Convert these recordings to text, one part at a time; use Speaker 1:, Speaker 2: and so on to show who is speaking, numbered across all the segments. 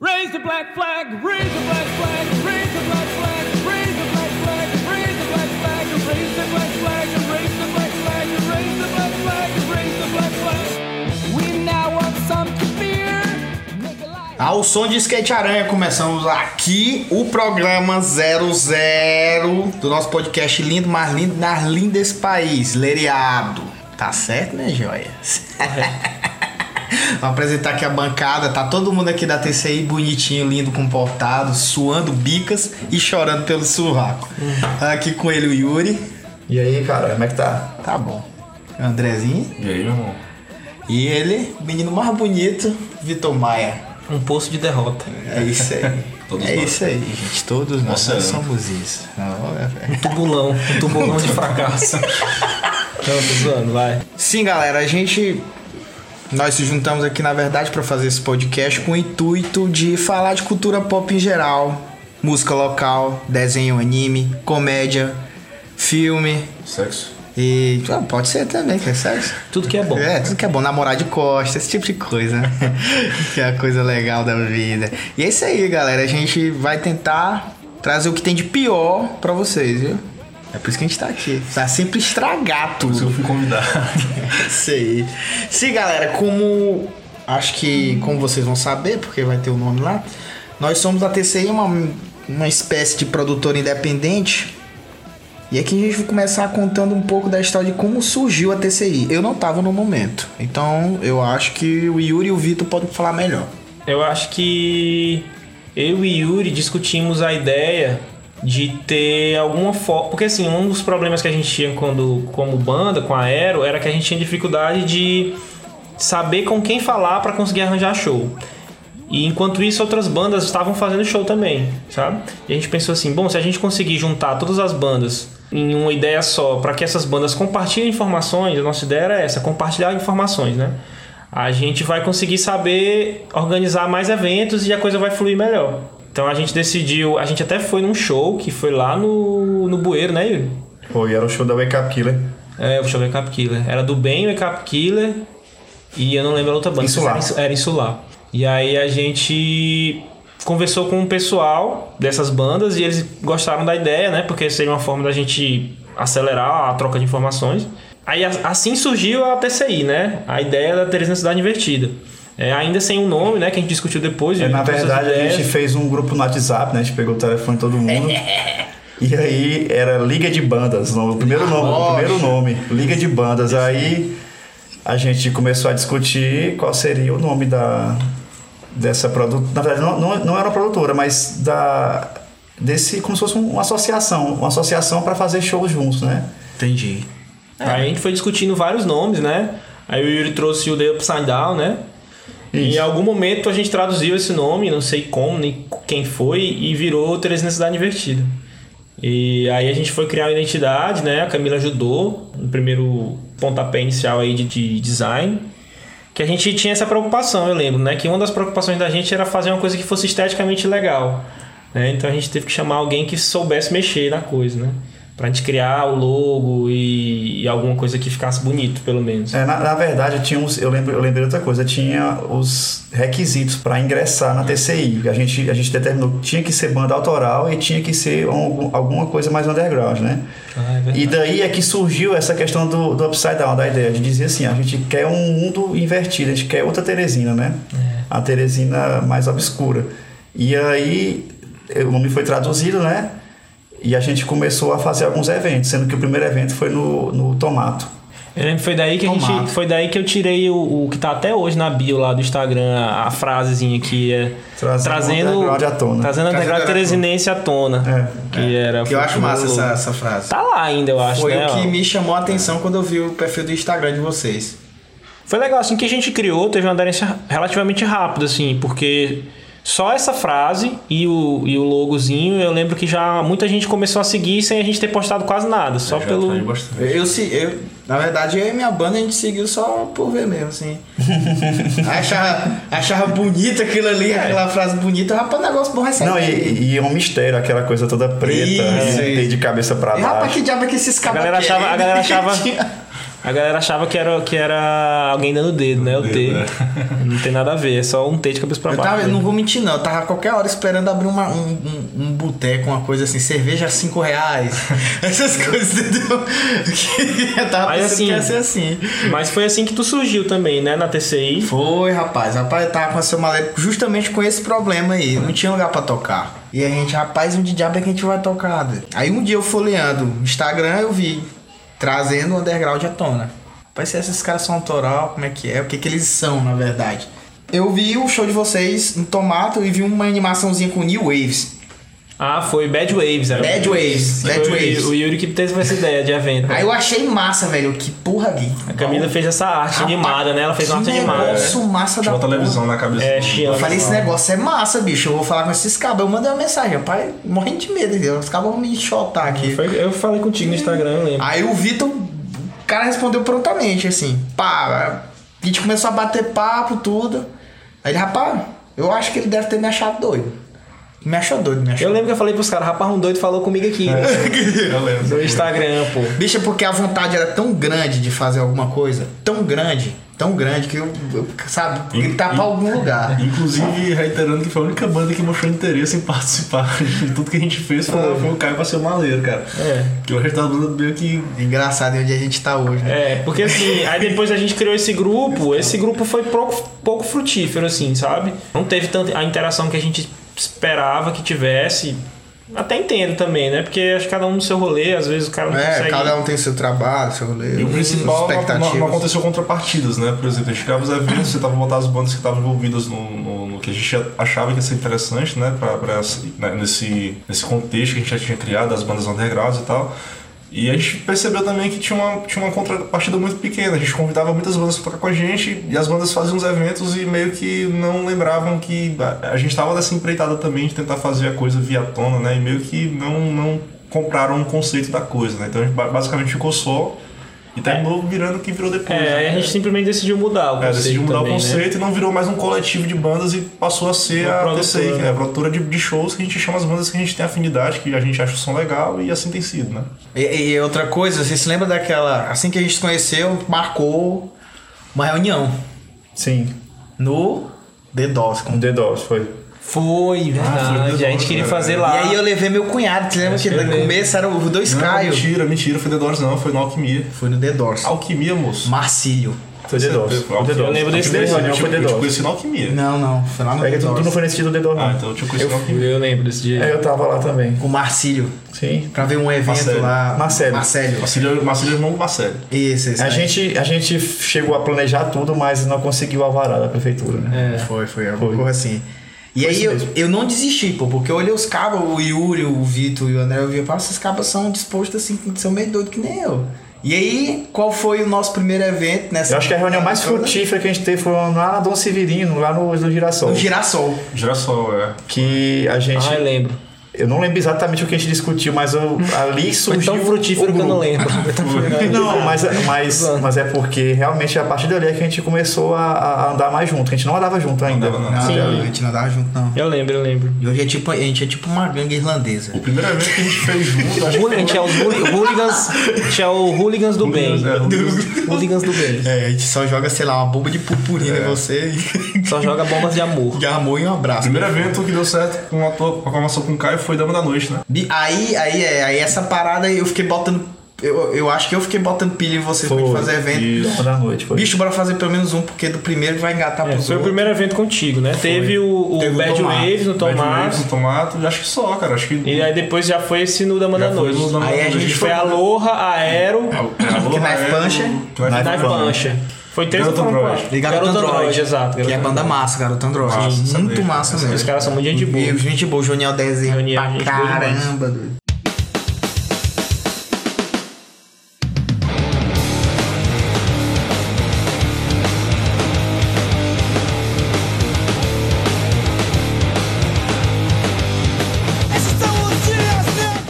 Speaker 1: Raise the black flag, raise the black flag, raise the black flag, raise the black flag, raise the black flag, raise the black flag, raise the black flag, raise the black flag, raise the black flag. We now want some beer. Make a light.
Speaker 2: Ao Ah, som de Skate Aranha, começamos aqui o programa 00 do nosso podcast Lindo, Mais Lindo, nas Lindas País, Lereado. Tá certo, né, joias? Vou apresentar aqui a bancada, tá todo mundo aqui da TCI bonitinho, lindo, comportado, suando bicas e chorando pelo sovaco. Tá Aqui com ele o Yuri,
Speaker 3: E aí, cara, como é que tá?
Speaker 2: tá bom. Andrezinho.
Speaker 3: E aí, meu irmão?
Speaker 2: E ele, menino mais bonito, Vitor Maia.
Speaker 4: Um poço de derrota. Um
Speaker 2: É isso aí.
Speaker 3: Todos
Speaker 2: é
Speaker 3: nós.
Speaker 2: isso aí, gente. Todos nós,
Speaker 3: Nossa,
Speaker 2: nós
Speaker 3: eu-
Speaker 2: somos isso. Não, é- é.
Speaker 4: Tubulão. Um tubulão de fracasso. Não, tô zoando, vai.
Speaker 2: Sim, galera, a gente. Nós se juntamos aqui, na verdade, para fazer esse podcast com o intuito de falar de cultura pop em geral. Música local, desenho, anime, comédia, filme
Speaker 3: Sexo?
Speaker 2: e. Ah, pode ser também, que é sexo.
Speaker 4: Tudo que é bom.
Speaker 2: É, tudo que é bom, namorar de costa, esse tipo de coisa. que é a coisa legal da vida. E é isso aí, galera. A gente vai tentar trazer o que tem de pior pra vocês, viu? É por isso que a gente tá aqui. Tá sempre estragar
Speaker 3: Se eu
Speaker 2: tudo.
Speaker 3: fui convidado.
Speaker 2: É isso aí. Sim, galera, como. Acho que como vocês vão saber, porque vai ter o nome lá, nós somos a TCI, uma, uma espécie de produtora independente e aqui a gente vai começar contando um pouco da história de como surgiu a TCI. Eu não tava no momento, então eu acho que o Yuri e o Vitor podem falar melhor.
Speaker 4: Eu acho que eu e Yuri discutimos a ideia de ter alguma forma. Porque assim, um dos problemas que a gente tinha quando, como banda, com a Aero, era que a gente tinha dificuldade de saber com quem falar pra conseguir arranjar show. E enquanto isso, outras bandas estavam fazendo show também, sabe? E a gente pensou assim: bom, se a gente conseguir juntar todas as bandas em uma ideia só, para que essas bandas compartilhem informações, a nossa ideia era essa: compartilhar informações, né? A gente vai conseguir saber organizar mais eventos e a coisa vai fluir melhor. Então a gente decidiu, a gente até foi num show que foi lá no, no Bueiro, né, Yuri?
Speaker 3: Pô, e era o show da Wake Up Killer.
Speaker 4: É, o show Wake Up Killer. Era do Ben Wake Up Killer e eu não lembro a outra banda.
Speaker 3: Insular.
Speaker 4: Era, Insu- era Insular. E aí a gente conversou com o pessoal dessas bandas e eles gostaram da ideia, né? Porque seria uma forma da gente acelerar a troca de informações. Aí a- assim surgiu a TCI, né? A ideia da Teresina Cidade Invertida. É, ainda sem o nome, né? Que a gente discutiu depois.
Speaker 5: É, na
Speaker 4: Outras
Speaker 5: verdade, a
Speaker 4: Então, ideias.
Speaker 5: gente fez um grupo no WhatsApp, né? A gente pegou o telefone de todo mundo. E aí era Liga de Bandas, o primeiro nome, o primeiro nome, Liga de Bandas. Aí a gente começou a discutir qual seria o nome da dessa produtora. Na verdade, não, não, não era uma produtora, mas da desse como se fosse um, uma associação, uma associação para fazer shows juntos, né?
Speaker 2: Entendi.
Speaker 4: Aí a gente foi discutindo vários nomes, né? Aí o Yuri trouxe o The Upside Down, né? E em algum momento a gente traduziu esse nome, não sei como, nem quem foi, e virou Teresina Cidade Invertida. E aí a gente foi criar uma identidade, né? A Camila ajudou no primeiro pontapé inicial aí de, de design. Que a gente tinha essa preocupação, eu lembro, né? Que uma das preocupações da gente era fazer uma coisa que fosse esteticamente legal. né? Então a gente teve que chamar alguém que soubesse mexer na coisa, né? Pra gente criar o logo e, e alguma coisa que ficasse bonito, pelo menos.
Speaker 5: É, na, na verdade, tinha uns, eu, lembro, eu lembrei de outra coisa, tinha os requisitos para ingressar na TCI. A gente, a gente determinou que tinha que ser banda autoral e tinha que ser um, algum- alguma coisa mais underground, né?
Speaker 4: Ah, é verdade.
Speaker 5: E daí é que surgiu essa questão do, do upside down, da ideia de dizer assim, a gente quer um mundo invertido, a gente quer outra Teresina, né? A Teresina mais obscura. E aí eh, o nome foi traduzido, né? E a gente começou a fazer alguns eventos, sendo que o primeiro evento foi no, no Tomato.
Speaker 4: Eu lembro que foi daí que a
Speaker 2: Tomate.
Speaker 4: gente. Foi daí que eu tirei o, o que tá até hoje na bio lá do Instagram, a, a frasezinha que é.
Speaker 5: Trazendo
Speaker 4: Trazendo.
Speaker 5: o underground à tona.
Speaker 4: Trazendo a
Speaker 2: Trazendo
Speaker 4: underground teresinense à tona.
Speaker 5: É,
Speaker 4: que era.
Speaker 2: Eu acho
Speaker 4: foi-
Speaker 2: massa essa, essa frase.
Speaker 4: Tá lá ainda, eu acho,
Speaker 2: Foi
Speaker 4: né?
Speaker 2: o
Speaker 4: ó.
Speaker 2: que me chamou a atenção quando eu vi o perfil do Instagram de vocês.
Speaker 4: Foi legal, assim, que a gente criou, teve uma aderência relativamente rápida, assim, porque só essa frase e o, e o logozinho, eu lembro que já muita gente começou a seguir sem a gente ter postado quase nada, só
Speaker 3: Já
Speaker 4: pelo.
Speaker 3: atraiu bastante.
Speaker 2: Eu, se- eu- na verdade, eu e minha banda a gente seguiu só por ver mesmo, assim. achava, achava bonito aquilo ali,
Speaker 4: É.
Speaker 2: aquela frase bonita, rapaz, negócio bom recebe.
Speaker 5: Não, e, e é um mistério, aquela coisa toda preta,
Speaker 2: Isso,
Speaker 5: e
Speaker 2: isso.
Speaker 5: de cabeça pra
Speaker 2: E, rapaz,
Speaker 5: baixo.
Speaker 2: que diabo é que esses
Speaker 4: A
Speaker 2: caras
Speaker 4: galera achava. A
Speaker 2: querem?
Speaker 4: galera achava, A galera achava que era, que era alguém dando o dedo, né? O T. Não tem nada a ver, é só um T de cabeça pra
Speaker 2: Eu
Speaker 4: baixo.
Speaker 2: tava,
Speaker 4: né?
Speaker 2: não vou mentir, não. Eu tava a qualquer hora esperando abrir uma- um, um, um boteco, uma coisa assim, cerveja a 5 reais. Essas coisas, entendeu? Que eu tava
Speaker 4: Mas
Speaker 2: pensando
Speaker 4: assim-
Speaker 2: que ia ser assim.
Speaker 4: Mas foi assim que tu surgiu também, né? Na TCI.
Speaker 2: Foi, rapaz. Rapaz, eu tava com a seu maléfico justamente com esse problema aí. Não tinha lugar pra tocar. E a gente, rapaz, onde diabo é que a gente vai tocar? doido? Aí um dia eu folheando o Instagram, eu vi. Trazendo o underground à tona. Rapaz, se esses caras são autoral, como é que é? O que que eles são, na verdade? Eu vi o show de vocês em Tomato e vi uma animaçãozinha com New Waves.
Speaker 4: Ah, foi Bad Waves. Era.
Speaker 2: Bad Waves,
Speaker 4: Foi
Speaker 2: Bad
Speaker 4: o-
Speaker 2: Waves.
Speaker 4: O Yuri que teve essa ideia de evento.
Speaker 2: Aí eu achei massa, velho. Que porra, Gui.
Speaker 4: A Camila fez essa arte
Speaker 2: Rapaz,
Speaker 4: animada, né? Ela fez uma arte
Speaker 2: que
Speaker 4: animada.
Speaker 2: negócio massa da
Speaker 6: Tinha uma
Speaker 2: porra.
Speaker 6: televisão na cabeça.
Speaker 4: É,
Speaker 6: do-
Speaker 4: Chiana.
Speaker 2: Eu falei, esse negócio é massa, bicho. Eu vou falar com esses cabos. Eu mandei uma mensagem, pai, morrendo de medo, entendeu? Os cabos vão me chotar aqui.
Speaker 4: Foi- eu falei contigo no Instagram, eu lembro.
Speaker 2: Aí o Vitor, o cara respondeu prontamente, assim, pá. A gente começou a bater papo, tudo. Aí ele, rapaz, eu acho que ele deve ter me achado doido. Me achou doido, me achou.
Speaker 4: Eu lembro que eu falei pros caras, rapaz, um doido falou comigo aqui.
Speaker 2: É.
Speaker 6: Eu lembro.
Speaker 4: No Instagram, pô.
Speaker 2: Bicho, é porque a vontade era tão grande de fazer alguma coisa, tão grande, tão grande, que eu, eu sabe, gritar pra algum lugar.
Speaker 6: Inclusive, reiterando que foi a única banda que mostrou interesse em participar de tudo que a gente fez foi, foi o Caio pra ser o maleiro, cara.
Speaker 4: É.
Speaker 6: Que tá o resto da banda meio que.
Speaker 2: Engraçado é onde a gente tá hoje, né?
Speaker 4: É, porque assim, aí depois a gente criou esse grupo, esse grupo foi pouco, pouco frutífero, assim, sabe? Não teve tanta a interação que a gente esperava que tivesse. Até entendo também, né? Porque acho que cada um no seu rolê, às vezes o cara não
Speaker 2: É,
Speaker 4: consegue.
Speaker 2: cada um tem seu trabalho, seu rolê, né,
Speaker 6: E o principal não, não-
Speaker 2: expectativas.
Speaker 6: não aconteceu contrapartidas, né? Por exemplo, a gente criava os eventos, você tava botando as bandas que estavam envolvidas no, no- no que a gente achava que ia ser interessante, né? Pra, pra essa- né, nesse, nesse contexto que a gente já tinha criado, as bandas undergrounds e tal. E a gente percebeu também que tinha uma, tinha uma contrapartida muito pequena. A gente convidava muitas bandas pra tocar com a gente e as bandas faziam os eventos e meio que não lembravam que a, a gente tava nessa empreitada também de tentar fazer a coisa via tona, né? E meio que não, não compraram o conceito da coisa, né? Então a gente ba- basicamente ficou só e terminou virando o que virou depois.
Speaker 4: É, aí a gente simplesmente decidiu mudar o
Speaker 6: É,
Speaker 4: conceito.
Speaker 6: decidiu mudar
Speaker 4: também,
Speaker 6: o
Speaker 4: né?
Speaker 6: conceito e não virou mais um coletivo de bandas e passou a ser
Speaker 4: Uma
Speaker 6: a
Speaker 4: produtora.
Speaker 6: TCI, que é a produtora de, de shows que a gente chama as bandas que a gente tem afinidade, que a gente acha o som legal e assim tem sido, né?
Speaker 2: E, e outra coisa, você se lembra daquela. Assim que a gente se conheceu, marcou uma reunião
Speaker 5: Sim,
Speaker 2: no The Dolls.
Speaker 5: um The Doors, foi.
Speaker 4: Foi,
Speaker 6: Ah,
Speaker 4: né? verdade. Ah, a gente
Speaker 6: né,
Speaker 4: queria fazer
Speaker 2: E
Speaker 4: lá.
Speaker 2: aí eu levei meu cunhado, você lembra que
Speaker 4: eu
Speaker 2: no
Speaker 4: lembro.
Speaker 2: começo eram os dois
Speaker 6: Não,
Speaker 2: Caio?
Speaker 6: mentira, mentira, foi The Doors não, foi no Alquimia.
Speaker 2: Foi no The Doors.
Speaker 6: Alquimia, moço.
Speaker 2: Marcílio.
Speaker 5: Foi The Doors. Foi The Doors.
Speaker 4: lembro desse
Speaker 5: A primeira
Speaker 4: daí,
Speaker 5: reunião
Speaker 6: Eu te,
Speaker 5: foi The
Speaker 6: eu te
Speaker 5: Doors.
Speaker 6: conheci no Alquimia.
Speaker 2: Não, não, foi lá no
Speaker 5: É
Speaker 2: The
Speaker 5: que tu, tu não
Speaker 2: Doors.
Speaker 5: foi nesse dia do The Doors,
Speaker 6: Ah, tá.
Speaker 5: não.
Speaker 6: então eu te conheci no Alquimia.
Speaker 4: Eu lembro desse dia. Ah,
Speaker 5: É, eu tava lá também.
Speaker 2: O Marcílio,
Speaker 5: Sim.
Speaker 2: pra ver um evento
Speaker 6: Marcelo.
Speaker 2: lá.
Speaker 5: Marcelo.
Speaker 2: Marcelo.
Speaker 6: Marcelo Marcelo é irmão do Marcelo.
Speaker 2: Isso, isso.
Speaker 5: A
Speaker 2: aí.
Speaker 5: gente, a gente chegou a planejar tudo, mas não conseguiu avarar da prefeitura, né?
Speaker 4: É.
Speaker 2: Foi, foi, alguma coisa assim. E aí eu, eu não desisti, pô, porque eu olhei os cabos, o Yuri, o Vitor e o André, eu vi, pá, esses cabos são dispostos assim, que são meio doido que nem eu. E aí, qual foi o nosso primeiro evento nessa.
Speaker 5: Eu acho que a reunião mais frutífera que a gente teve foi lá na Dom Severino, lá no, no Girassol.
Speaker 2: O Girassol.
Speaker 6: Girassol, é.
Speaker 5: Que a gente.
Speaker 4: Ah, eu lembro.
Speaker 5: eu não lembro exatamente o que a gente discutiu, mas eu- ali
Speaker 4: Foi
Speaker 5: surgiu.
Speaker 4: tão frutífero
Speaker 5: o
Speaker 4: que eu não
Speaker 5: grupo.
Speaker 4: lembro. Tá Foi tão frutífero.
Speaker 5: Não, mas, mas, mas é porque realmente a partir dali é que a gente começou a, a andar mais junto, que a gente não andava junto ainda.
Speaker 6: andava, não.
Speaker 2: Não,
Speaker 5: Até
Speaker 2: não, a
Speaker 5: ali.
Speaker 2: gente não andava junto, não.
Speaker 4: Eu lembro, eu lembro.
Speaker 2: E hoje é tipo, a gente é tipo uma gangue irlandesa.
Speaker 6: O primeiro evento que a gente fez junto, a gente
Speaker 4: A gente é os hooli- hooligans, a gente é o hooligans do bem.
Speaker 6: Hooligans, é, hooligans.
Speaker 4: Hooligans do bem.
Speaker 2: É, a gente só joga, sei lá, uma bomba de purpurina em você e
Speaker 4: Só joga bombas de amor.
Speaker 2: de amor e um
Speaker 6: O
Speaker 2: abraço.
Speaker 6: primeiro evento que deu certo com a tua programação com o Caio foi Dama da Noite, né?
Speaker 2: Bi- Aí, aí, é, aí essa parada aí eu fiquei botando. Eu, eu acho que eu fiquei botando pilha em vocês pra gente
Speaker 5: Foi.
Speaker 2: fazer evento.
Speaker 5: Uma da noite, foi.
Speaker 2: Bicho, bora fazer pelo menos um, porque do primeiro vai engatar
Speaker 4: É,
Speaker 2: pros
Speaker 4: foi o
Speaker 2: outros.
Speaker 4: primeiro evento contigo, né? Teve o, o
Speaker 2: Teve o
Speaker 4: Bad
Speaker 2: Tomás.
Speaker 4: Waves no
Speaker 6: Bad Waves,
Speaker 4: Tomás.
Speaker 6: um Tomato, e acho que só, cara. Acho que.
Speaker 4: E aí depois já foi esse no Dama
Speaker 6: Já
Speaker 4: da
Speaker 6: foi
Speaker 4: Noite.
Speaker 6: no Dama
Speaker 2: Aí da a Noite. gente
Speaker 4: foi
Speaker 2: foi-
Speaker 4: Aloha,
Speaker 6: É,
Speaker 4: Aero,
Speaker 6: Alô,
Speaker 2: Knife
Speaker 6: Rael,
Speaker 2: Puncher.
Speaker 6: Knife
Speaker 4: Knife Puncher. Foi três ou
Speaker 6: Garoto
Speaker 4: foram
Speaker 6: Android.
Speaker 4: quatro?
Speaker 2: E Garoto Android,
Speaker 4: exato.
Speaker 2: Que é
Speaker 4: Garoto
Speaker 2: banda massa, Garoto Android.
Speaker 6: Massa,
Speaker 2: Muito
Speaker 6: sabe?
Speaker 2: massa mesmo.
Speaker 4: Os caras são muito gente boa.
Speaker 2: E os gente boa, o Juniel desenha
Speaker 4: Juniel,
Speaker 2: pra
Speaker 4: gente boa demais.
Speaker 2: caramba. doido.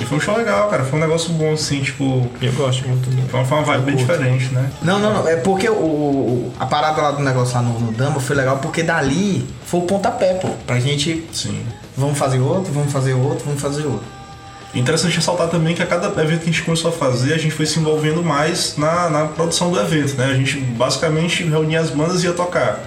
Speaker 6: E foi um show legal, cara. Foi um negócio bom, assim, tipo.
Speaker 4: Eu gosto muito dele.
Speaker 6: Foi uma, foi uma vibe bem diferente, né?
Speaker 2: Não, não, não. É porque o- o, a parada lá do negócio lá no, no Dumbo foi legal, porque dali foi o pontapé, pô. Pra gente
Speaker 6: Sim.
Speaker 2: Vamos fazer outro, vamos fazer outro, vamos fazer outro.
Speaker 6: Interessante ressaltar também que a cada evento que a gente começou a fazer, a gente foi se envolvendo mais na, na produção do evento, né? A gente basicamente reunia as bandas e ia tocar.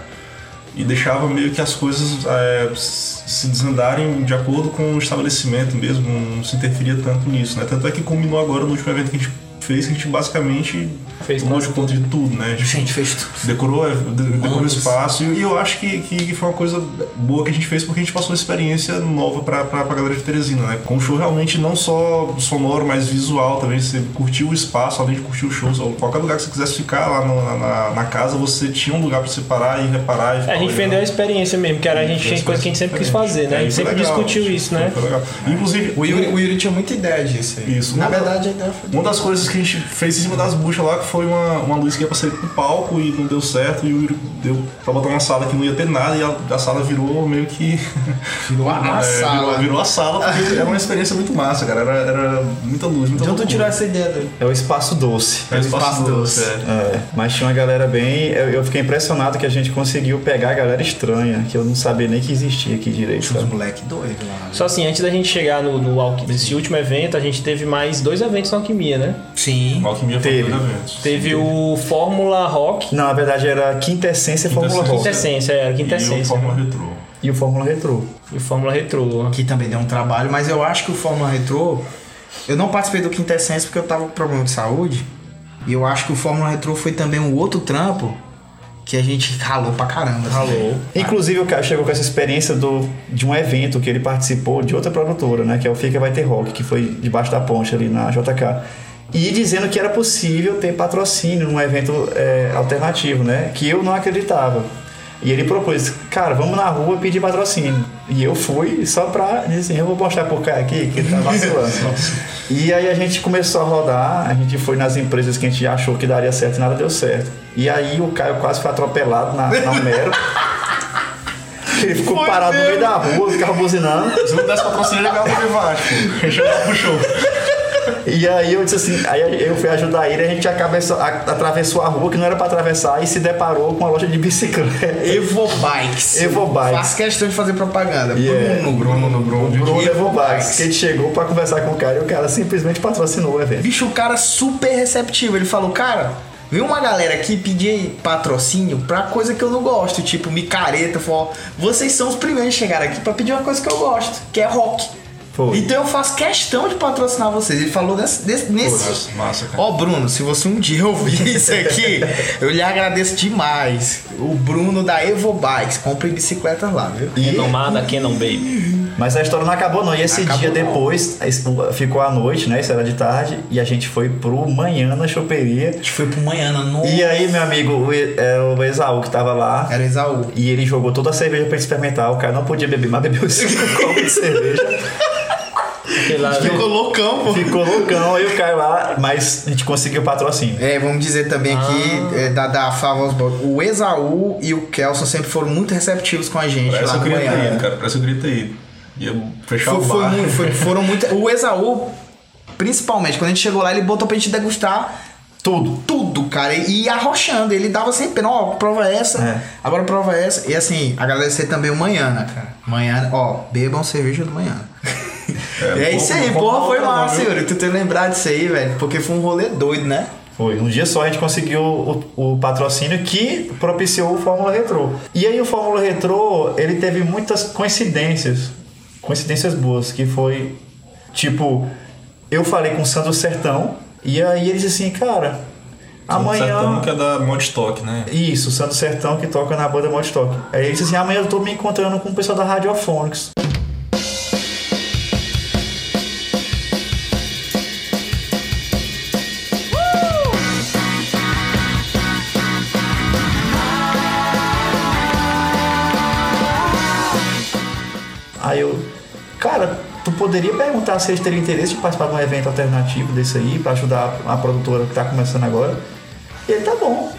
Speaker 6: E deixava meio que as coisas é, se desandarem de acordo com o estabelecimento mesmo, não se interferia tanto nisso, né? Tanto é que combinou agora no último evento que a gente fez, que a gente basicamente
Speaker 4: Fez
Speaker 6: tomou de conta de tudo, né? A gente
Speaker 2: Gente, fez tudo.
Speaker 6: decorou, é, de- decorou o
Speaker 2: Ambos.
Speaker 6: espaço e eu acho que, que, que foi uma coisa boa que a gente fez porque a gente passou uma experiência nova pra, pra, pra galera de Teresina, né? Com um show realmente não só sonoro, mas visual também. Você curtiu o espaço, além de curtir o show, só- qualquer lugar que você quisesse ficar lá no- na, na, na casa, você tinha um lugar pra você parar e reparar. E
Speaker 4: É, A
Speaker 6: ficar
Speaker 4: gente
Speaker 6: olhando.
Speaker 4: vendeu a experiência mesmo, que era a gente tinha coisa que a gente sempre quis fazer, né? A
Speaker 6: É,
Speaker 4: gente
Speaker 6: foi
Speaker 4: sempre
Speaker 6: legal,
Speaker 4: discutiu
Speaker 6: acho
Speaker 4: isso,
Speaker 6: que
Speaker 4: né?
Speaker 6: foi legal. Inclusive,
Speaker 2: O Yuri, o Yuri tinha muita ideia disso aí.
Speaker 6: Isso.
Speaker 2: Na
Speaker 6: Uma-
Speaker 2: verdade, a ideia foi.
Speaker 6: Uma das coisas que a gente fez em cima das buchas lá que foi uma, uma luz que ia pra sair pro palco e não deu certo, e o Yuri deu pra botar uma sala que não ia ter nada, e a, a sala virou meio que.
Speaker 7: Virou uma
Speaker 6: é,
Speaker 7: sala.
Speaker 6: Virou, virou a sala, porque era uma experiência muito massa, cara. Era, era muita luz,
Speaker 2: De onde
Speaker 6: muita
Speaker 2: Então tu
Speaker 6: loucura.
Speaker 2: tirou essa ideia dele?
Speaker 5: É o espaço doce.
Speaker 6: É o espaço, doce. é.
Speaker 5: É, mas tinha uma galera bem. Eu, eu fiquei impressionado que a gente conseguiu pegar a galera estranha, que eu não sabia nem que existia aqui direito.
Speaker 2: Os
Speaker 5: sabe?
Speaker 2: moleque doido lá. né?
Speaker 4: Só assim, antes da gente chegar no, no Alqui- nesse último evento, a gente teve mais dois eventos na Alquimia, né?
Speaker 2: Sim.
Speaker 6: Uma Alquimia foi
Speaker 5: Teve.
Speaker 6: um evento.
Speaker 4: Teve o Fórmula Rock,
Speaker 5: Não, na verdade era Quinta Essência e Fórmula
Speaker 6: Quinta
Speaker 5: Rock.
Speaker 4: Quinta Essência, era Quinta
Speaker 6: E o
Speaker 4: Essência.
Speaker 6: Fórmula Retrô.
Speaker 5: E o Fórmula Retro.
Speaker 4: E Fórmula Retrô.
Speaker 2: Que também deu um trabalho, mas eu acho que o Fórmula Retrô. Eu não participei do Quinta Essência porque eu tava com problema de saúde. E eu acho que o Fórmula Retrô foi também um outro trampo que a gente ralou pra caramba. assim.
Speaker 4: Ralou.
Speaker 5: Inclusive o cara chegou com essa experiência do, de um evento que ele participou de outra produtora, né? Que é o Fica Vai Ter Rock, que foi debaixo da ponte ali na JK. E dizendo que era possível ter patrocínio num evento é, alternativo, né? Que eu não acreditava. E ele propôs, cara, vamos na rua pedir patrocínio. E eu fui só pra dizer assim, eu vou mostrar pro cara aqui que ele tá vacilando. e aí a gente começou a rodar, a gente foi nas empresas que a gente achou que daria certo e nada deu certo. E aí o Caio quase foi atropelado na, na Mero. Ele ficou parado no meio da rua, ficava buzinando.
Speaker 6: Se não desse patrocínio, ele ganhava o Vivacho. A gente ia lá pro show.
Speaker 5: E aí eu disse assim, aí eu fui ajudar ele, a gente atravessou, a- atravessou a rua que não era pra atravessar e se deparou com uma loja de bicicleta.
Speaker 2: Evo Bikes.
Speaker 5: Evo Bikes.
Speaker 2: Faz questão de fazer propaganda.
Speaker 5: Yeah.
Speaker 2: Bruno.
Speaker 6: Bruno, no Bruno.
Speaker 5: Bruno
Speaker 2: Evo
Speaker 5: levou
Speaker 2: Bikes.
Speaker 5: bikes. Que ele chegou pra conversar com o cara e o cara simplesmente patrocinou o evento.
Speaker 2: Bicho, o cara super receptivo. Ele falou, cara, veio uma galera aqui pedir patrocínio pra coisa que eu não gosto, tipo micareta, falou, ó, vocês são os primeiros a chegar aqui pra pedir uma coisa que eu gosto, que é rock.
Speaker 5: Foi.
Speaker 2: Então eu faço questão de patrocinar vocês. Ele falou nesse. nesse, nesse-
Speaker 6: Nossa, massa, cara.
Speaker 2: Ó, Bruno, se você um dia ouvir isso aqui, eu lhe agradeço demais. O Bruno da Evo Bikes, compre bicicleta lá, viu?
Speaker 5: E-
Speaker 4: Renomada Canon Baby.
Speaker 5: mas a história não acabou não. E esse
Speaker 2: Acabou
Speaker 5: dia
Speaker 2: não.
Speaker 5: depois, es- ficou a noite, né? Isso era de tarde. E a gente foi pro manhã na choperia.
Speaker 2: A gente foi pro Manhana, no.
Speaker 5: E aí, meu amigo, o, E- era o Exaú que tava lá.
Speaker 2: Era Exaú.
Speaker 5: E ele jogou toda a cerveja pra ele experimentar. O cara não podia beber, mas bebeu cinco copos de cerveja.
Speaker 4: Aquele lá,
Speaker 2: Ficou loucão, pô.
Speaker 5: Ficou loucão, aí o cara lá, mas a gente conseguiu patrocínio.
Speaker 2: É, vamos dizer também aqui, é, da, da Flávia Osborne, o Esaú e o Kelson sempre foram muito receptivos com a gente
Speaker 6: Parece
Speaker 2: lá
Speaker 6: que eu
Speaker 2: no
Speaker 6: queria ter
Speaker 2: Goiânia.
Speaker 6: ido, cara. Parece que eu queria ter ido. Ia fechar
Speaker 2: Foi,
Speaker 6: o
Speaker 2: foi
Speaker 6: bar.
Speaker 2: muito- foi- foram muito. O Esaú, principalmente, quando a gente chegou lá, ele botou pra gente degustar tudo, tudo, cara. E ia arrochando. Ele dava sempre, ó, prova essa,
Speaker 5: É.
Speaker 2: agora prova essa. E assim, agradecer também o Manhana, cara. Manhana, ó, bebam cerveja do Manhana. É,
Speaker 6: bom,
Speaker 2: isso aí,
Speaker 6: bom,
Speaker 2: porra,
Speaker 6: bom,
Speaker 2: foi
Speaker 6: bom,
Speaker 2: massa,
Speaker 6: viu?
Speaker 2: Yuri. Tu ter lembrado disso aí, velho, porque foi um rolê doido, né?
Speaker 5: Foi. Um dia só a gente conseguiu o, o patrocínio que propiciou o Fórmula Retrô. E aí o Fórmula Retrô, ele teve muitas coincidências. Coincidências boas, que foi tipo, eu falei com o Sandro Sertão, e aí ele disse assim, cara, amanhã.
Speaker 6: Sertão que é da Modstock, né?
Speaker 5: Isso, o Santo Sertão que toca na banda Modstock. Aí ele disse assim: amanhã eu tô me encontrando com o pessoal da Radiophonics. Aí eu, cara, tu poderia perguntar se eles teriam interesse de participar de um evento alternativo desse aí, pra ajudar a produtora que tá começando agora. E ele, tá bom.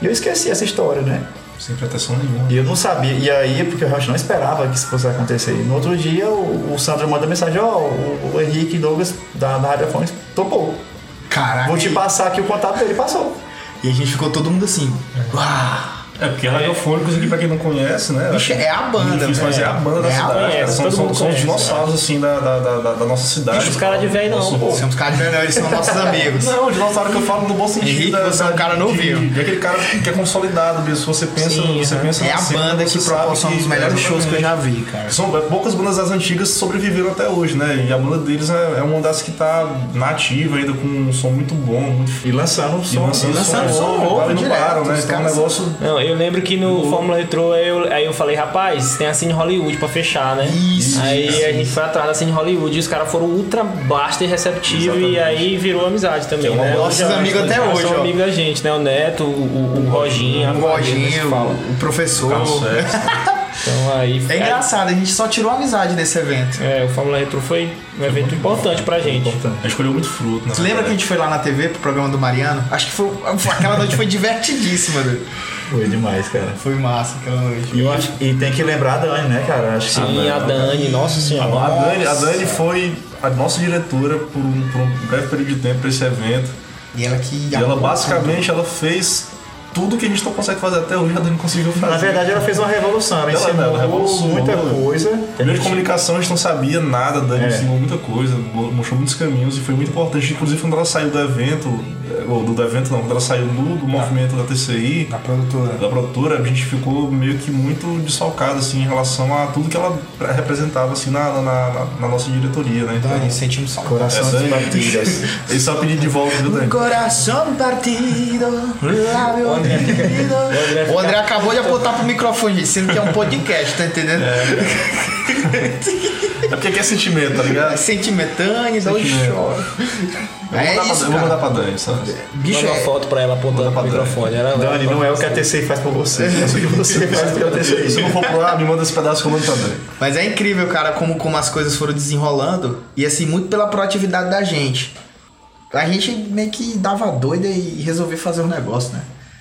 Speaker 5: E eu esqueci essa história, né?
Speaker 6: Sem pretensão nenhuma.
Speaker 5: E eu não sabia. E aí, é porque eu realmente não esperava que isso fosse acontecer. E no outro dia, o, o Sandro manda mensagem: Ó, o, o Henrique Douglas da, da Rádio Fones topou.
Speaker 2: Caraca.
Speaker 5: Vou te passar aqui o contato dele. Passou.
Speaker 2: E a gente ficou todo mundo assim, uau!
Speaker 6: É, porque Radiofônicos aqui, pra quem não conhece, né?
Speaker 2: Bicho, é a banda,
Speaker 6: Difícil, mas é a banda da
Speaker 2: É a
Speaker 6: cidade.
Speaker 2: banda,
Speaker 6: cara. São,
Speaker 4: todo
Speaker 6: são-
Speaker 4: mundo
Speaker 6: são os
Speaker 4: conhece,
Speaker 6: dinossauros, assim, da, da, da, da- da nossa cidade.
Speaker 4: Bicho, os caras de velho não,
Speaker 6: Nosso-
Speaker 4: pô.
Speaker 2: Somos caras de velho, eles são nossos amigos.
Speaker 6: Não, dinossauro que eu falo no bom sentido.
Speaker 2: Henrique,
Speaker 6: da-
Speaker 2: você é um
Speaker 6: da-
Speaker 2: cara novinho.
Speaker 6: De, de aquele cara que é consolidado mesmo. Se você pensa,
Speaker 4: Sim,
Speaker 6: você
Speaker 4: aham.
Speaker 6: pensa
Speaker 2: É a
Speaker 6: assim,
Speaker 2: banda
Speaker 6: você
Speaker 2: que
Speaker 6: sabe é
Speaker 2: proporciona um dos melhores shows que eu já vi, cara.
Speaker 6: São é, poucas bandas das antigas sobreviveram até hoje, né? E a banda deles é, é uma das que tá nativa ainda, com um som muito bom, muito
Speaker 5: E lançando
Speaker 6: E
Speaker 5: som.
Speaker 6: lançando,
Speaker 2: lançando
Speaker 6: som,
Speaker 2: som
Speaker 6: novo,
Speaker 2: novo,
Speaker 6: agora não
Speaker 2: direto,
Speaker 6: param, né?
Speaker 2: os
Speaker 6: Então é um
Speaker 2: caras-
Speaker 6: negócio
Speaker 4: Não, eu lembro que no Fórmula Retro eu, aí eu falei, rapaz, tem a Cine Hollywood pra fechar, né?
Speaker 2: Isso,
Speaker 4: Aí a gente foi atrás da Cine Hollywood e os caras foram ultra basta e receptivo e aí virou amizade também,
Speaker 6: uma
Speaker 4: né?
Speaker 6: boa-
Speaker 2: Nossos amigos até
Speaker 4: São
Speaker 2: hoje, ó.
Speaker 4: amigos da gente, né? O Neto, o,
Speaker 6: Uhum.
Speaker 4: o, o Roginha, a
Speaker 2: O
Speaker 4: Maria, né, se
Speaker 2: Lojinho,
Speaker 4: fala.
Speaker 2: o Um professor.
Speaker 6: Carlos Sérgio.
Speaker 4: Então aí...
Speaker 2: É engraçado, a gente só tirou amizade desse evento.
Speaker 4: É, o Fórmula Retro foi um evento importante pra gente.
Speaker 6: A gente colheu muito fruto, né?
Speaker 2: Você lembra que a gente foi lá na TV pro programa do Mariano? Acho que foi. Aquela noite foi divertidíssima, dude.
Speaker 5: Foi demais, cara.
Speaker 2: Foi massa aquela noite.
Speaker 5: E, eu acho- e tem que lembrar a Dani, né, cara? Acho que
Speaker 4: Sim, a Dani, nossa
Speaker 6: Ah, A
Speaker 4: senhora.
Speaker 6: Dani, a Dani foi a nossa diretora por um, por um breve período de tempo pra esse evento.
Speaker 2: E ela que.
Speaker 6: E ela basicamente ela fez tudo que a gente não consegue fazer até hoje, a Dani conseguiu fazer.
Speaker 5: Na verdade, ela fez uma revolução. Ela,
Speaker 6: Ela, né,
Speaker 5: ensinou
Speaker 6: ela revolucionou.
Speaker 5: muita coisa.
Speaker 6: Primeiro de comunicação a gente não sabia nada, a Dani
Speaker 5: É.
Speaker 6: ensinou muita coisa, mo- mostrou muitos caminhos e foi muito importante. Inclusive quando ela saiu do evento, eh, ou do, do evento não, quando ela saiu do, do movimento da TCI,
Speaker 2: A produtora.
Speaker 6: da produtora, a gente ficou meio que muito desfalcado assim, em relação a tudo que ela representava assim, na, na, na- na nossa diretoria, né? Então,
Speaker 2: Dani, sentimos saudade.
Speaker 5: Coração
Speaker 6: Essa
Speaker 5: de
Speaker 6: aí.
Speaker 5: partidas.
Speaker 6: ele só pediu é de volta, viu, Dani?
Speaker 2: Coração partido, lábio partido. O André acabou de apontar pro microfone, gente, sendo que é um podcast, tá entendendo?
Speaker 6: É porque aqui é sentimento, tá ligado?
Speaker 2: É. Sentimentâneo, dá um
Speaker 6: Sentimento.
Speaker 2: choro.
Speaker 6: Eu vou,
Speaker 2: É isso,
Speaker 6: mandar, pra, eu vou
Speaker 2: cara.
Speaker 6: mandar pra Dani, sabe?
Speaker 2: Bicho,
Speaker 4: Manda uma
Speaker 2: é,
Speaker 4: foto pra ela apontando
Speaker 6: Manda pra
Speaker 4: pro
Speaker 6: Dani.
Speaker 4: microfone. Era
Speaker 5: Dani, não é o que a TCI faz pra você. É o que você faz pela TCI.
Speaker 6: Se eu não for pro ar, me manda esse pedaço que eu mando pra Dani.
Speaker 2: Mas é incrível, cara, como, como as coisas foram desenrolando. E assim, muito pela proatividade da gente. A gente meio que dava doida e resolveu fazer um negócio, né?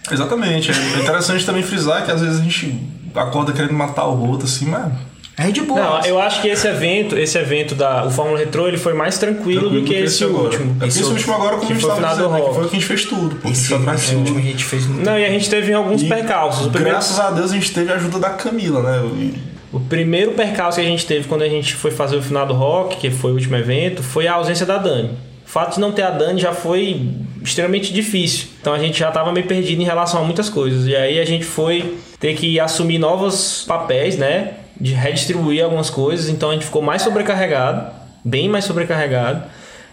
Speaker 6: Exatamente. É interessante também frisar que às vezes a gente acorda querendo matar o outro, assim, mas.
Speaker 2: A gente boa.
Speaker 4: Não, eu acho que esse evento, esse evento da o Fórmula Retro, ele foi mais tranquilo, do que esse
Speaker 6: agora.
Speaker 4: último.
Speaker 6: É porque esse último agora, como a
Speaker 4: que
Speaker 6: gente
Speaker 4: foi o
Speaker 6: tava
Speaker 4: final do
Speaker 6: dizendo, né, que
Speaker 4: rock.
Speaker 6: foi o que a gente fez tudo, pô.
Speaker 2: Esse,
Speaker 6: Esse, atrás
Speaker 2: esse
Speaker 6: tudo.
Speaker 2: último a gente fez um muito.
Speaker 4: Não, e a gente teve alguns
Speaker 6: E
Speaker 4: percalços. O primeiro,
Speaker 6: Graças a Deus a gente teve a ajuda da Camila, né? E-
Speaker 4: o primeiro percalço que a gente teve quando a gente foi fazer o final do rock, que foi o último evento, foi a ausência da Dani. O fato de não ter a Dani já foi extremamente difícil. Então a gente já tava meio perdido em relação a muitas coisas. E aí a gente foi ter que assumir novos papéis, né? De redistribuir algumas coisas. Então a gente ficou mais sobrecarregado, bem mais sobrecarregado.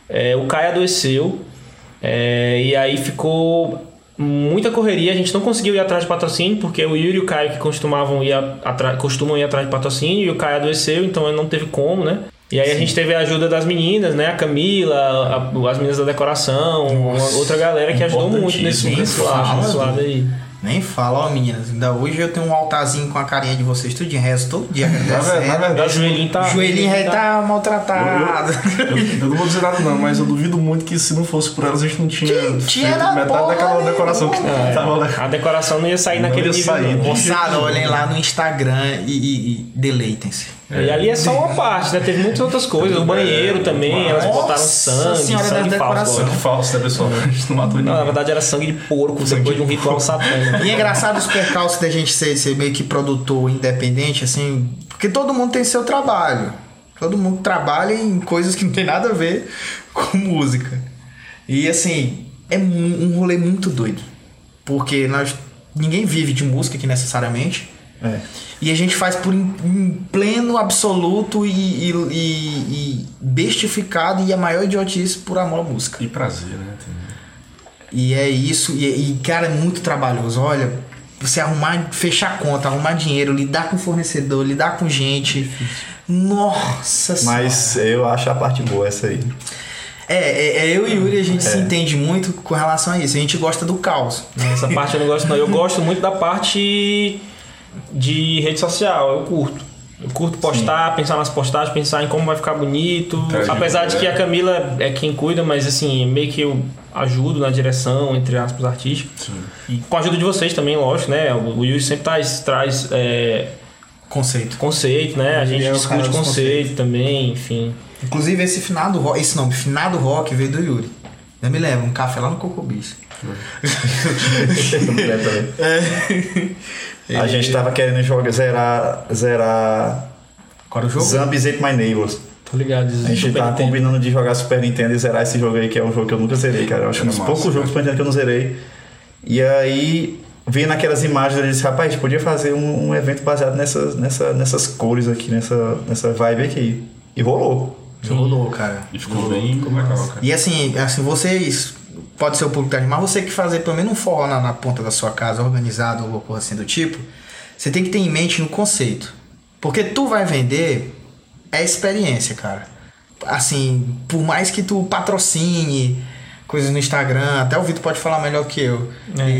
Speaker 4: É, o Caio adoeceu. É, e aí ficou muita correria, a gente não conseguiu ir atrás de patrocínio, porque o Yuri e o Caio que costumavam ir atra- costumam ir atrás de patrocínio, e o Caio adoeceu, então ele não teve como, né? E aí a gente teve a ajuda das meninas, né? A Camila, a- as meninas da decoração, uma- outra galera que ajudou muito nesse,
Speaker 6: importantíssimo,
Speaker 4: nesse
Speaker 2: nem
Speaker 4: lado,
Speaker 2: fala,
Speaker 4: nesse lado aí.
Speaker 2: Nem fala, ó meninas, ainda hoje eu tenho um altarzinho com a carinha de vocês, tudo de resto, todo dia.
Speaker 6: Na, ver- na
Speaker 4: Meu
Speaker 6: verdade,
Speaker 4: joelhinho tá.
Speaker 2: É, Joelhinho aí tá maltratado.
Speaker 6: eu, eu não vou dizer nada, não, mas eu duvido muito que se não fosse por elas a gente não tinha, feito
Speaker 2: tinha da porra
Speaker 6: metade daquela decoração que
Speaker 4: É,
Speaker 6: tava lá.
Speaker 4: a decoração não ia sair naquele
Speaker 6: tá ia
Speaker 4: nível.
Speaker 6: sair,
Speaker 4: não.
Speaker 6: né?
Speaker 2: Moçada, olhem lá no Instagram e, e- e deleitem-se.
Speaker 4: E ali é só uma parte, né? Teve muitas outras coisas. O banheiro também, elas
Speaker 2: Nossa
Speaker 4: botaram sangue,
Speaker 2: Senhora das
Speaker 4: sangue falso.
Speaker 2: decorações.
Speaker 6: Só que falso, né, pessoal? A gente não matou
Speaker 4: Não, na
Speaker 6: ninguém.
Speaker 4: verdade era sangue de porco depois de um ritual satânico.
Speaker 2: E é engraçado os percalços da gente ser, ser meio que produtor independente, assim, porque todo mundo tem seu trabalho. Todo mundo trabalha em coisas que não tem nada a ver com música. E assim, é mu- um rolê muito doido. Porque nós. Ninguém vive de música aqui necessariamente.
Speaker 5: É.
Speaker 2: E a gente faz por em, em pleno absoluto e, e, e- e bestificado e a maior idiotice por amor à música.
Speaker 6: E prazer, né?
Speaker 2: E é isso, e, e, cara, é muito trabalhoso. Olha, você arrumar, fechar conta, arrumar dinheiro, lidar com fornecedor, lidar com
Speaker 5: É
Speaker 2: gente. Nossa
Speaker 5: Mas eu acho a parte boa essa aí.
Speaker 2: É, é, é eu e Yuri, a gente se entende muito com relação a isso. A gente gosta do caos.
Speaker 4: Essa parte eu não gosto, não. Eu gosto muito da parte de rede social, eu curto. Eu curto postar, pensar nas postagens, pensar em como vai ficar bonito.
Speaker 6: Interagir,
Speaker 4: Apesar de
Speaker 6: né?
Speaker 4: que a Camila é quem cuida, mas assim, meio que eu ajudo na direção, entre aspas, artística. E com a ajuda de vocês também, lógico, né? O Yuri sempre traz, traz é,
Speaker 2: Conceito.
Speaker 4: conceito, né? A gente
Speaker 2: é o cara
Speaker 4: discute
Speaker 2: dos
Speaker 4: conceito também, enfim.
Speaker 2: Inclusive, esse finado rock, esse nome, finado rock veio do Yuri. Ainda me leva um café lá no Cocobis.
Speaker 5: Eu me lembro também. É. A gente tava querendo jogar, zerar. zerar.
Speaker 2: Qual era o jogo?
Speaker 5: Zombies Ate My Neighbors.
Speaker 4: Tô ligado.
Speaker 5: A gente tá tava combinando de jogar Super Nintendo e zerar esse jogo aí, que é um jogo que eu nunca zerei, cara. Eu acho que um
Speaker 6: Era
Speaker 5: dos
Speaker 6: massa, né?
Speaker 5: poucos jogos Super Nintendo que eu não zerei. E aí, vendo aquelas imagens, eu disse, rapaz, podia fazer um, um evento baseado nessas, nessa, nessas cores aqui, nessa, nessa vibe aqui. E rolou.
Speaker 2: Rolou, cara.
Speaker 6: E ficou bem legal, cara.
Speaker 2: E assim, assim, vocês. Pode ser o público tarde, mas você que fazer pelo menos um forró na, na ponta da sua casa, organizado ou alguma coisa assim do tipo, você tem que ter em mente no conceito. Porque tu vai vender é experiência, cara. Assim, por mais que tu patrocine coisas no Instagram, até o Vitor pode falar melhor que eu.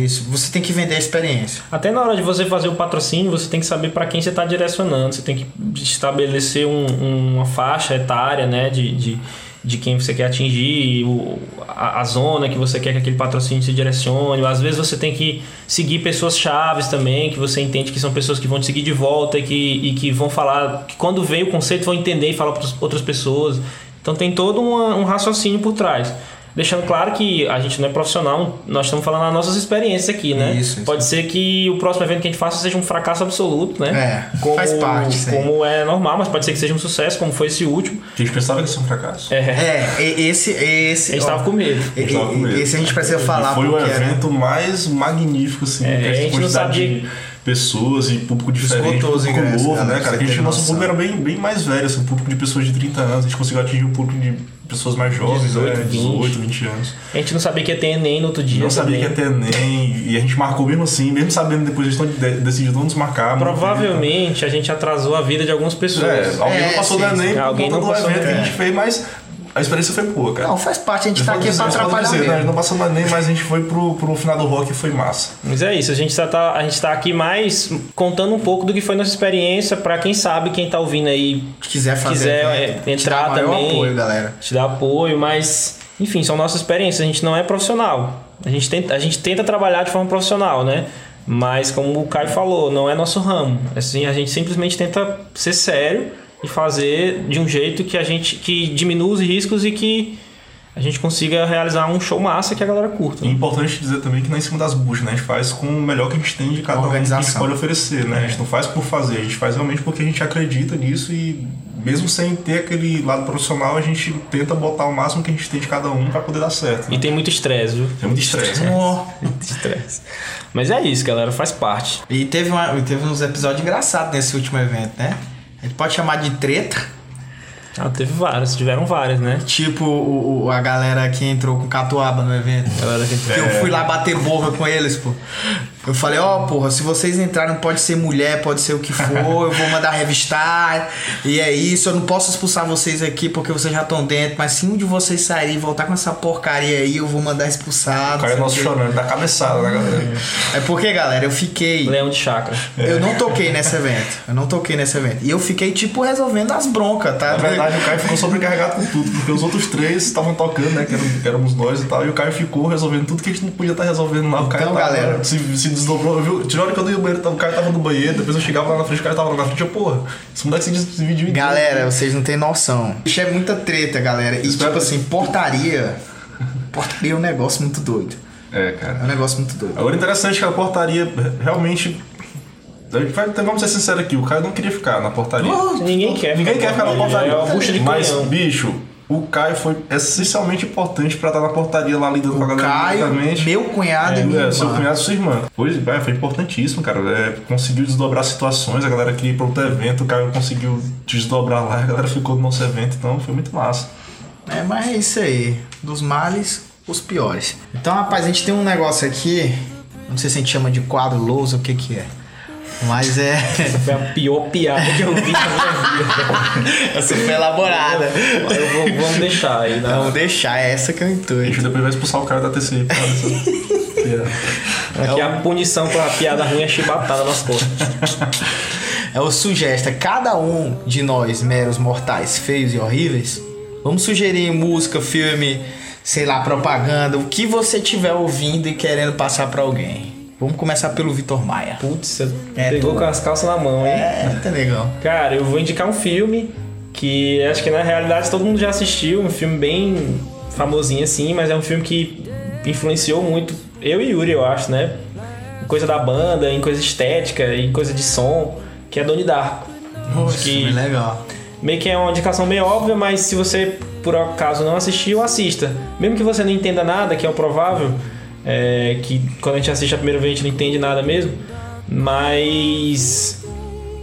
Speaker 2: Isso, você tem que vender a experiência.
Speaker 4: Até na hora de você fazer o patrocínio, você tem que saber para quem você está direcionando. Você tem que estabelecer um- um- uma faixa etária, né? De, de, de quem você quer atingir, o, a, a zona que você quer que aquele patrocínio se direcione. Às vezes você tem que seguir pessoas chaves também, que você entende que são pessoas que vão te seguir de volta e que, e que vão falar, que quando vem o conceito vão entender e falar para outras pessoas. Então tem todo uma- um raciocínio por trás. Deixando claro que a gente não é profissional, nós estamos falando as nossas experiências aqui, né?
Speaker 2: Isso, isso.
Speaker 4: Pode Pode ser que o próximo evento que a gente faça seja um fracasso absoluto, né?
Speaker 2: É, faz parte, isso aí.
Speaker 4: Como é normal, mas pode ser que seja um sucesso, como foi esse último.
Speaker 6: A gente pensava que ia ser um fracasso.
Speaker 4: É,
Speaker 2: É, e- esse. esse
Speaker 4: a gente tava com medo.
Speaker 2: e-
Speaker 6: gente tava com medo.
Speaker 2: e- Esse a gente precisa falar né?
Speaker 6: E foi o
Speaker 2: porque era-
Speaker 6: evento mais magnífico, assim,
Speaker 4: É,
Speaker 6: em questão
Speaker 4: a gente
Speaker 6: de
Speaker 4: não
Speaker 6: quantidade
Speaker 4: sabia.
Speaker 6: de pessoas e público diferente,
Speaker 2: Esgotou os
Speaker 6: público
Speaker 2: ingressos,
Speaker 6: novo,
Speaker 2: galera,
Speaker 6: né,
Speaker 2: pra você
Speaker 6: cara? Que a gente,
Speaker 2: ter
Speaker 6: nosso
Speaker 2: noção.
Speaker 6: público era bem, bem mais velho, assim, um público de pessoas de 30 anos, a gente conseguiu atingir um público de pessoas mais jovens,
Speaker 4: 18,
Speaker 6: né, 18, 20 anos.
Speaker 4: A gente não sabia que ia ter Enem no outro dia.
Speaker 6: não sabia que ia
Speaker 4: também.
Speaker 6: ter Enem, e a gente marcou mesmo assim, mesmo sabendo depois a gente não de- decidiu não desmarcar. não
Speaker 4: Provavelmente a gente atrasou a vida de algumas
Speaker 6: teve,
Speaker 4: pessoas.
Speaker 6: então. É, alguém não
Speaker 2: É,
Speaker 6: passou do
Speaker 2: sim,
Speaker 6: Enem
Speaker 4: sim.
Speaker 6: por
Speaker 4: Alguém
Speaker 6: conta
Speaker 4: não
Speaker 6: do
Speaker 4: passou,
Speaker 6: evento que a
Speaker 4: é.
Speaker 6: gente fez, mas a experiência foi boa, cara.
Speaker 2: Não, faz parte, a gente tá aqui
Speaker 6: Eles
Speaker 2: pra
Speaker 6: podem
Speaker 2: atrapalhar
Speaker 6: dizer, né, a gente
Speaker 2: mesmo.
Speaker 6: não passou do Enem, mas a gente foi pro, pro final do rock e foi massa.
Speaker 4: Mas é isso, a gente, só tá, a gente tá aqui mais contando um pouco do que foi nossa experiência, pra quem sabe, quem tá ouvindo aí
Speaker 2: Se quiser fazer.
Speaker 4: quiser
Speaker 2: evento,
Speaker 4: é,
Speaker 2: te dá
Speaker 4: entrar
Speaker 2: maior
Speaker 4: também.
Speaker 2: apoio, galera.
Speaker 4: te dá apoio, mas enfim, são nossas experiências, a gente não é profissional. A gente tenta, a gente tenta trabalhar de forma profissional, né? Mas como o Caio falou, não é nosso ramo. Assim, a gente simplesmente tenta ser sério e fazer de um jeito que a gente que diminua os riscos e que a gente consiga realizar um show massa que a galera curta. né?
Speaker 6: E é importante dizer também que não é em cima das buchas, né? A gente faz com o melhor que a gente tem de cada
Speaker 2: Organização.
Speaker 6: um que a gente pode oferecer, né? A gente não faz por fazer, a gente faz realmente porque a gente acredita nisso e mesmo sem ter aquele lado profissional, a gente tenta botar o máximo que a gente tem de cada um pra poder dar certo. né?
Speaker 4: E tem muito estresse, viu?
Speaker 6: Tem muito
Speaker 2: é
Speaker 6: né? estresse.
Speaker 4: Muito estresse. Mas é isso, galera, faz parte.
Speaker 2: E teve, uma, teve uns episódios engraçados nesse último evento, né? A gente pode chamar de treta.
Speaker 4: Ah, teve várias, tiveram várias, né?
Speaker 2: Tipo o, o- a galera que entrou com catuaba no evento.
Speaker 4: Galera que
Speaker 2: Que eu fui lá bater borra com eles, pô. Eu falei, ó, porra, se vocês entrarem, pode ser mulher, pode ser o que for, eu vou mandar revistar. E é isso, eu não posso expulsar vocês aqui porque vocês já estão dentro, mas se um de vocês sair e voltar com essa porcaria aí, eu vou mandar expulsar. não
Speaker 6: O cara é
Speaker 2: sei o
Speaker 6: nosso
Speaker 2: quê."
Speaker 6: chorando, dá cabeçada, né, galera?
Speaker 2: É porque, galera, eu fiquei.
Speaker 4: Leão de chakra.
Speaker 2: Eu não toquei nesse evento. Eu não toquei nesse evento. E eu fiquei, tipo, resolvendo as broncas, tá?
Speaker 6: Na É verdade, o Caio ficou sobrecarregado com tudo, porque os outros três estavam tocando, né? Que, eram, que éramos nós e tal, e o Caio ficou resolvendo tudo que a gente não podia estar resolvendo lá. O Caio
Speaker 2: Então,
Speaker 6: tava,
Speaker 2: galera.
Speaker 6: se, se desdobrou, viu? Tinha hora que eu dei o banheiro, tava- o Caio tava no banheiro, depois eu chegava lá na frente, o Caio tava lá na frente, eu, porra, esse moleque se dividiu em
Speaker 2: Galera, vocês não têm noção. Isso é muita treta, galera. E,
Speaker 6: Espero-
Speaker 2: tipo assim, portaria. Portaria é um negócio muito doido.
Speaker 6: dois. É, cara.
Speaker 2: É um negócio muito doido.
Speaker 6: Agora interessante que a portaria realmente. a gente vai- então, Vamos ser sinceros aqui, o Caio não queria ficar na portaria.
Speaker 4: Ninguém quer.
Speaker 6: Ninguém quer ficar na portaria.
Speaker 4: É uma bucha de
Speaker 6: Mas,
Speaker 4: canhão.
Speaker 6: bicho, o Caio foi essencialmente importante pra estar na portaria lá lidando com a galera
Speaker 2: Caio,
Speaker 6: diretamente.
Speaker 2: meu cunhado e minha
Speaker 6: É,
Speaker 2: irmã.
Speaker 6: seu cunhado e sua irmã. Pois é, foi importantíssimo, cara. É, conseguiu desdobrar situações, a galera queria ir pra outro evento, o Caio conseguiu desdobrar lá, a galera ficou no nosso evento, então foi muito massa.
Speaker 2: É, mas é isso aí. Dos males, os piores. Então, rapaz, a gente tem um negócio aqui. Não sei se a gente chama de quadro lousa, o que que é. Mas é.
Speaker 4: Foi a pior piada que eu vi na minha
Speaker 2: Essa foi elaborada.
Speaker 4: vida. Eu vou, vamos deixar aí.
Speaker 6: é.
Speaker 4: né?
Speaker 2: Vamos deixar essa que eu
Speaker 6: A gente
Speaker 2: intuito.
Speaker 6: depois vai expulsar o cara da TCI. por causa dessa-
Speaker 4: Aqui a punição pra piada ruim é chibatada nas costas.
Speaker 2: É o sugesta. Cada um de nós, meros mortais, feios e horríveis, vamos sugerir música, filme, sei lá, propaganda, o que você tiver ouvindo e querendo passar pra alguém. Vamos começar pelo Vitor Maia.
Speaker 4: Putz, você
Speaker 2: É,
Speaker 4: pegou
Speaker 2: tu-
Speaker 4: com as calças na mão, hein?
Speaker 2: É, tá legal.
Speaker 4: Cara, eu vou indicar um filme que acho que na realidade todo mundo já assistiu, um filme bem famosinho assim, mas é um filme que influenciou muito eu e Yuri, eu acho, né? Em coisa da banda, em coisa estética, em coisa de som, que é Donnie Darko. Acho que
Speaker 2: filme é legal.
Speaker 4: meio que é uma indicação meio óbvia, mas se você por acaso não assistiu, assista. Mesmo que você não entenda nada, que é o provável, é, que quando a gente assiste a primeira vez a gente não entende nada mesmo, mas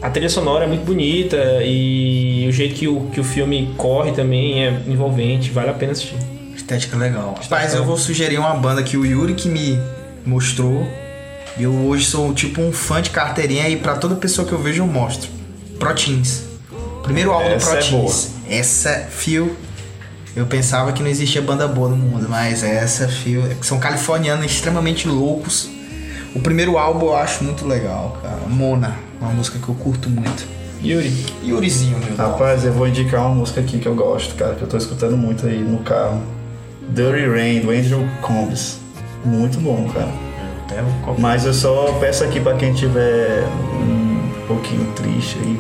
Speaker 4: a trilha sonora é muito bonita e o jeito que o, que o filme corre também é envolvente, vale a pena assistir.
Speaker 2: Estética legal. Rapaz, eu vou sugerir uma banda que o Yuri que me mostrou. E eu hoje sou tipo um fã de carteirinha e pra toda pessoa que eu vejo eu mostro. Proteins. Primeiro álbum
Speaker 5: Essa é
Speaker 2: do Proteins. Essa Phil. Eu pensava que não existia banda boa no mundo, mas essa Phil. São californianos extremamente loucos. O primeiro álbum eu acho muito legal, cara. Mona, uma música que eu curto muito.
Speaker 4: Yuri,
Speaker 2: Yurizinho, meu.
Speaker 5: Rapaz, eu vou indicar uma música aqui que eu gosto, cara, que eu tô escutando muito aí no carro. Dirty Rain, do Andrew Combs. Muito bom, cara. Mas eu só peço aqui pra quem tiver um pouquinho triste aí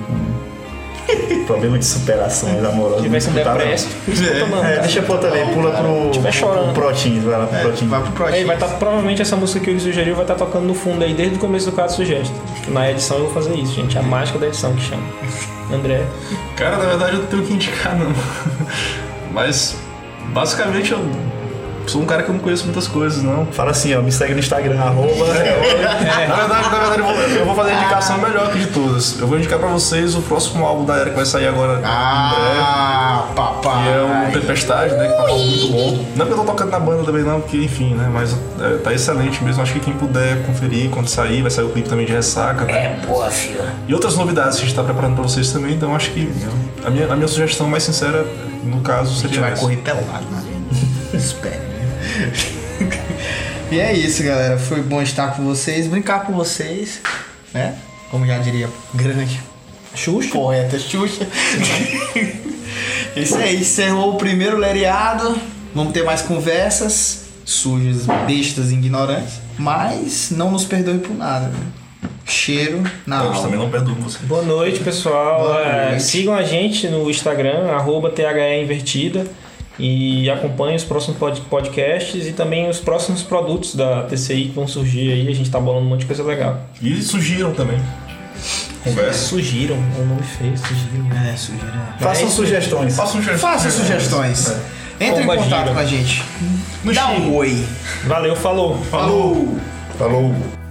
Speaker 5: com problema de superações amorosas.
Speaker 4: que vai ser um
Speaker 5: não escutar, não.
Speaker 4: depresso. Escuta, mano.
Speaker 5: Tá É, deixa pro outro ali, pula pro,
Speaker 4: Tiver chorando.
Speaker 5: pro Proteins, vai lá pro Proteins.
Speaker 2: Vai pro
Speaker 4: É, e
Speaker 2: Proteins.
Speaker 4: vai estar provavelmente essa música que o Yuri sugeriu vai estar tocando no fundo aí desde o começo do caso sugesta. Na edição eu vou fazer isso, gente. É A mágica da edição que chama. André.
Speaker 6: Cara, na verdade eu não tenho o que indicar, não. Mas, basicamente, eu sou um cara que eu não conheço muitas coisas, não.
Speaker 5: Fala assim, ó, me segue no Instagram, arroba.
Speaker 6: Na verdade, na verdade eu, vou, eu vou fazer a indicação melhor que de todas. Eu vou indicar pra vocês o próximo álbum da era que vai sair agora
Speaker 2: Ah,
Speaker 6: em breve.
Speaker 2: papai.
Speaker 6: Que é o Tempestade, né? Que tá um álbum muito bom. Não é porque eu tô tocando na banda também, não, porque enfim, né? Mas é, tá excelente mesmo. Acho que quem puder conferir quando sair, vai sair o clipe também de ressaca, né?
Speaker 8: boa, filho.
Speaker 6: E outras novidades que a gente tá preparando pra vocês também, então acho que a minha, a minha sugestão mais sincera, no caso,
Speaker 2: A gente
Speaker 6: seria
Speaker 2: vai
Speaker 6: essa.
Speaker 2: correr pelado, né? Espere. e é isso, galera. Foi bom estar com vocês, brincar com vocês, né? Como já diria, grande. Xuxa? Poeta Xuxa. isso aí, encerrou o primeiro lereado. Vamos ter mais conversas sujas, bestas, ignorantes. Mas não nos perdoe por nada, né? Cheiro na
Speaker 6: Eles
Speaker 2: alma.
Speaker 6: também não perdoam você.
Speaker 4: Boa noite, pessoal.
Speaker 2: Boa
Speaker 4: É,
Speaker 2: noite.
Speaker 4: sigam a gente no Instagram, arroba THE Invertida. E acompanhem os próximos pod- podcasts e também os próximos produtos da TCI que vão surgir aí. A gente tá bolando um monte de coisa legal.
Speaker 6: E surgiram também. Conversa.
Speaker 4: Sugiram, é um nome feio, sugiram.
Speaker 2: É, sujeira.
Speaker 5: Façam sugestões.
Speaker 6: Faça sugestões.
Speaker 2: Faça sugestões. Entre em
Speaker 4: Pomba
Speaker 2: contato
Speaker 4: gira.
Speaker 2: com a gente.
Speaker 6: No
Speaker 2: Dá um
Speaker 6: Chile.
Speaker 2: oi.
Speaker 4: Valeu, falou.
Speaker 2: Falou.
Speaker 5: Falou.